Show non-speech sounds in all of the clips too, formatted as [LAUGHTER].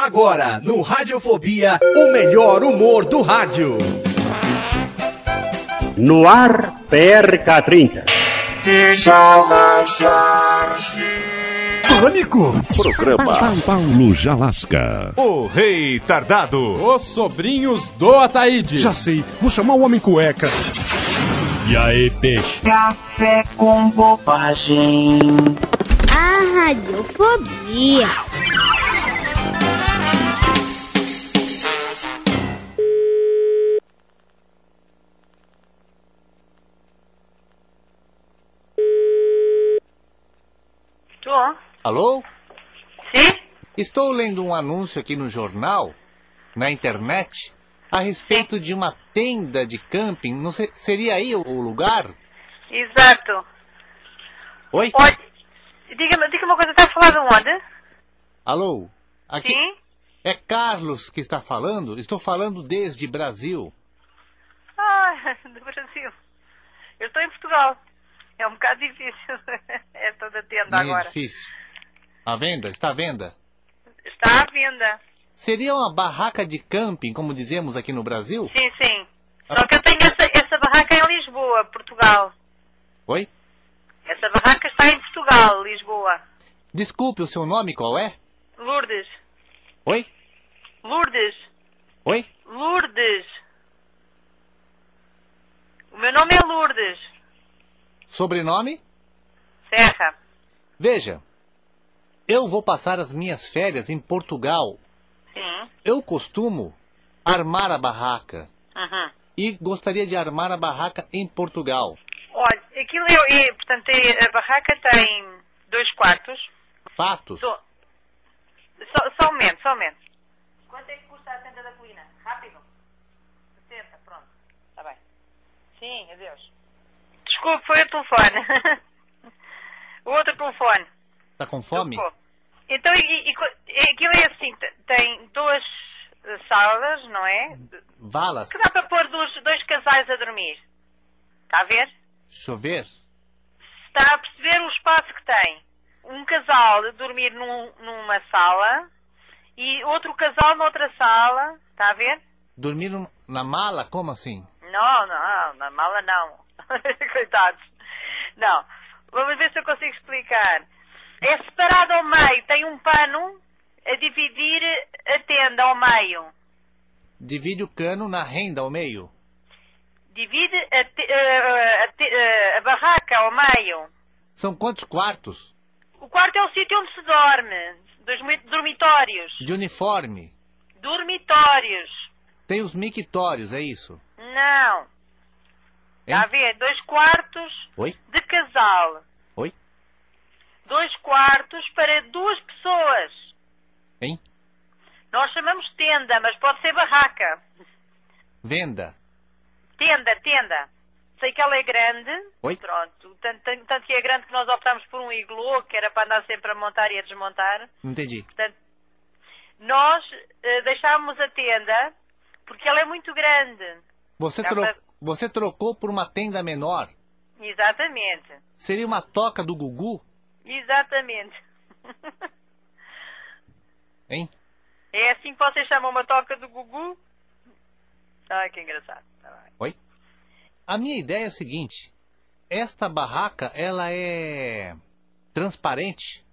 Agora, no Radiofobia, o melhor humor do rádio. No ar, PRK30. Pânico! Programa Paulo Jalasca. O Rei Tardado. Os sobrinhos do Ataíde. Já sei, vou chamar o Homem Cueca. E aí, peixe? Café com bobagem. A radiofobia. Tô. Alô? Sim? Estou lendo um anúncio aqui no jornal, na internet, a respeito de uma tenda de camping. Não sei, seria aí o o lugar? Exato. Oi? Olha, diga, diga uma coisa, tá falando onde? Alô? Aqui Sim? é Carlos que está falando. Estou falando desde Brasil. Ah, [LAUGHS] do Brasil. Eu estou em Portugal. É um bocado difícil. [LAUGHS] É toda tenda Meio agora. difícil. À venda? Está à venda? Está à venda. Seria uma barraca de camping, como dizemos aqui no Brasil? Sim, sim. Só que eu tenho essa, essa barraca em Lisboa, Portugal. Oi? Essa barraca está em Portugal, Lisboa. Desculpe, o seu nome qual é? Lourdes. Oi? Lourdes. Oi? Lourdes. O meu nome é Lourdes. Sobrenome? Serra. Veja, eu vou passar as minhas férias em Portugal. Sim. Eu costumo armar a barraca Uhum. e gostaria de armar a barraca em Portugal. Olha, aquilo é, é portanto, é- a barraca tem dois quartos. Fatos? Só, só, só um momento, só um momento. Quanto é que custa a tenda da colina? Rápido. 60, pronto. Está bem. Sim, adeus. Desculpe, foi o telefone. [LAUGHS] o outro telefone. Tá com fome? Desculpe. Então, e, e co- e aquilo é assim, te- tem duas eh, salas, não é? Valas? Que dá para pôr dois, dois casais a dormir. Está a ver? Chover? está a perceber o espaço que tem. Um casal a dormir num- numa sala e outro casal noutra sala. Está a ver? Dormir num- na mala? Como assim? Não, não, na mala não. [LAUGHS] Coitados. Não. Vamos ver se eu consigo explicar. É separado ao meio, tem um pano a dividir a tenda ao meio. Divide o cano na renda ao meio. Divide a, te- eh, a te- eh, a barraca ao meio. São quantos quartos? O quarto é o sítio onde se dorme. Dos mi- dormitórios. De uniforme? Dormitórios. Tem os mictórios, é isso? Não. Está a Hein? ver? Dois quartos Oi? de casal. Oi? Dois quartos para duas pessoas. Hein? Nós chamamos tenda, mas pode ser barraca. Venda? Tenda, tenda. Sei que ela é grande. Oi? Pronto. Tanto, tanto- tanto que é grande que nós optámos por um iglu, que era para andar sempre a montar e a desmontar. Não entendi. Portanto, nós eh, deixámos a tenda porque ela é muito grande. Você, Dá tro- pra- você trocou por uma tenda menor? Exatamente. Seria uma toca do Gugu? Exatamente. Hein? É assim que vocês chamam uma toca do Gugu? Ai, que engraçado. Tá bem. Oi? A minha ideia é o seguinte: esta barraca ela é transparente,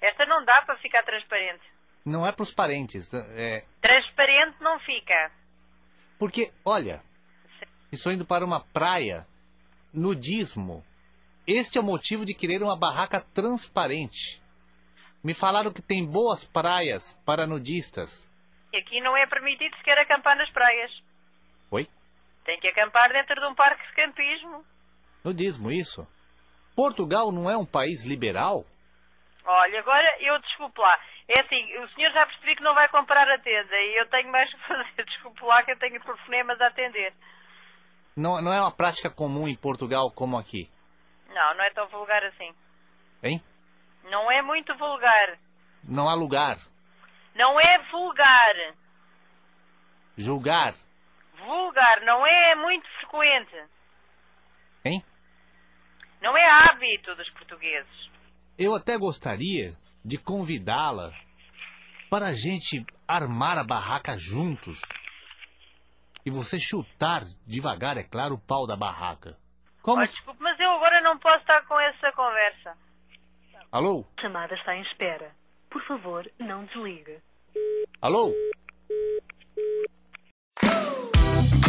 Esta não dá para ficar transparente. não é para os parentes, é Transparente não fica. porque olha, estou indo para uma praia, nudismo. Este é o motivo de querer uma barraca transparente. Me falaram que tem boas praias para nudistas. E Aqui não é permitido sequer acampar nas praias. Oi? Tem que acampar dentro de um parque de campismo. Nudismo isso? Portugal não é um país liberal? Olha, agora eu desculpo lá. É assim, o senhor já percebi que não vai comprar a tenda e eu tenho mais [LAUGHS] que fazer. Desculpe lá que eu tenho telefonemas a atender. Não, não é uma prática comum em Portugal como aqui, Não, não é tão vulgar assim. hein? Não é muito vulgar. Não há lugar. Não é vulgar. Julgar, Vulgar, não é muito frequente. hein? Não é hábito dos portugueses. Eu até gostaria de convidá-la para a gente armar a barraca juntos. E você chutar devagar, é claro, o pau da barraca. Como. Olha, se- desculpe, mas eu agora não posso estar com essa conversa. Alô? chamada está em espera. Por favor, não desligue. Alô?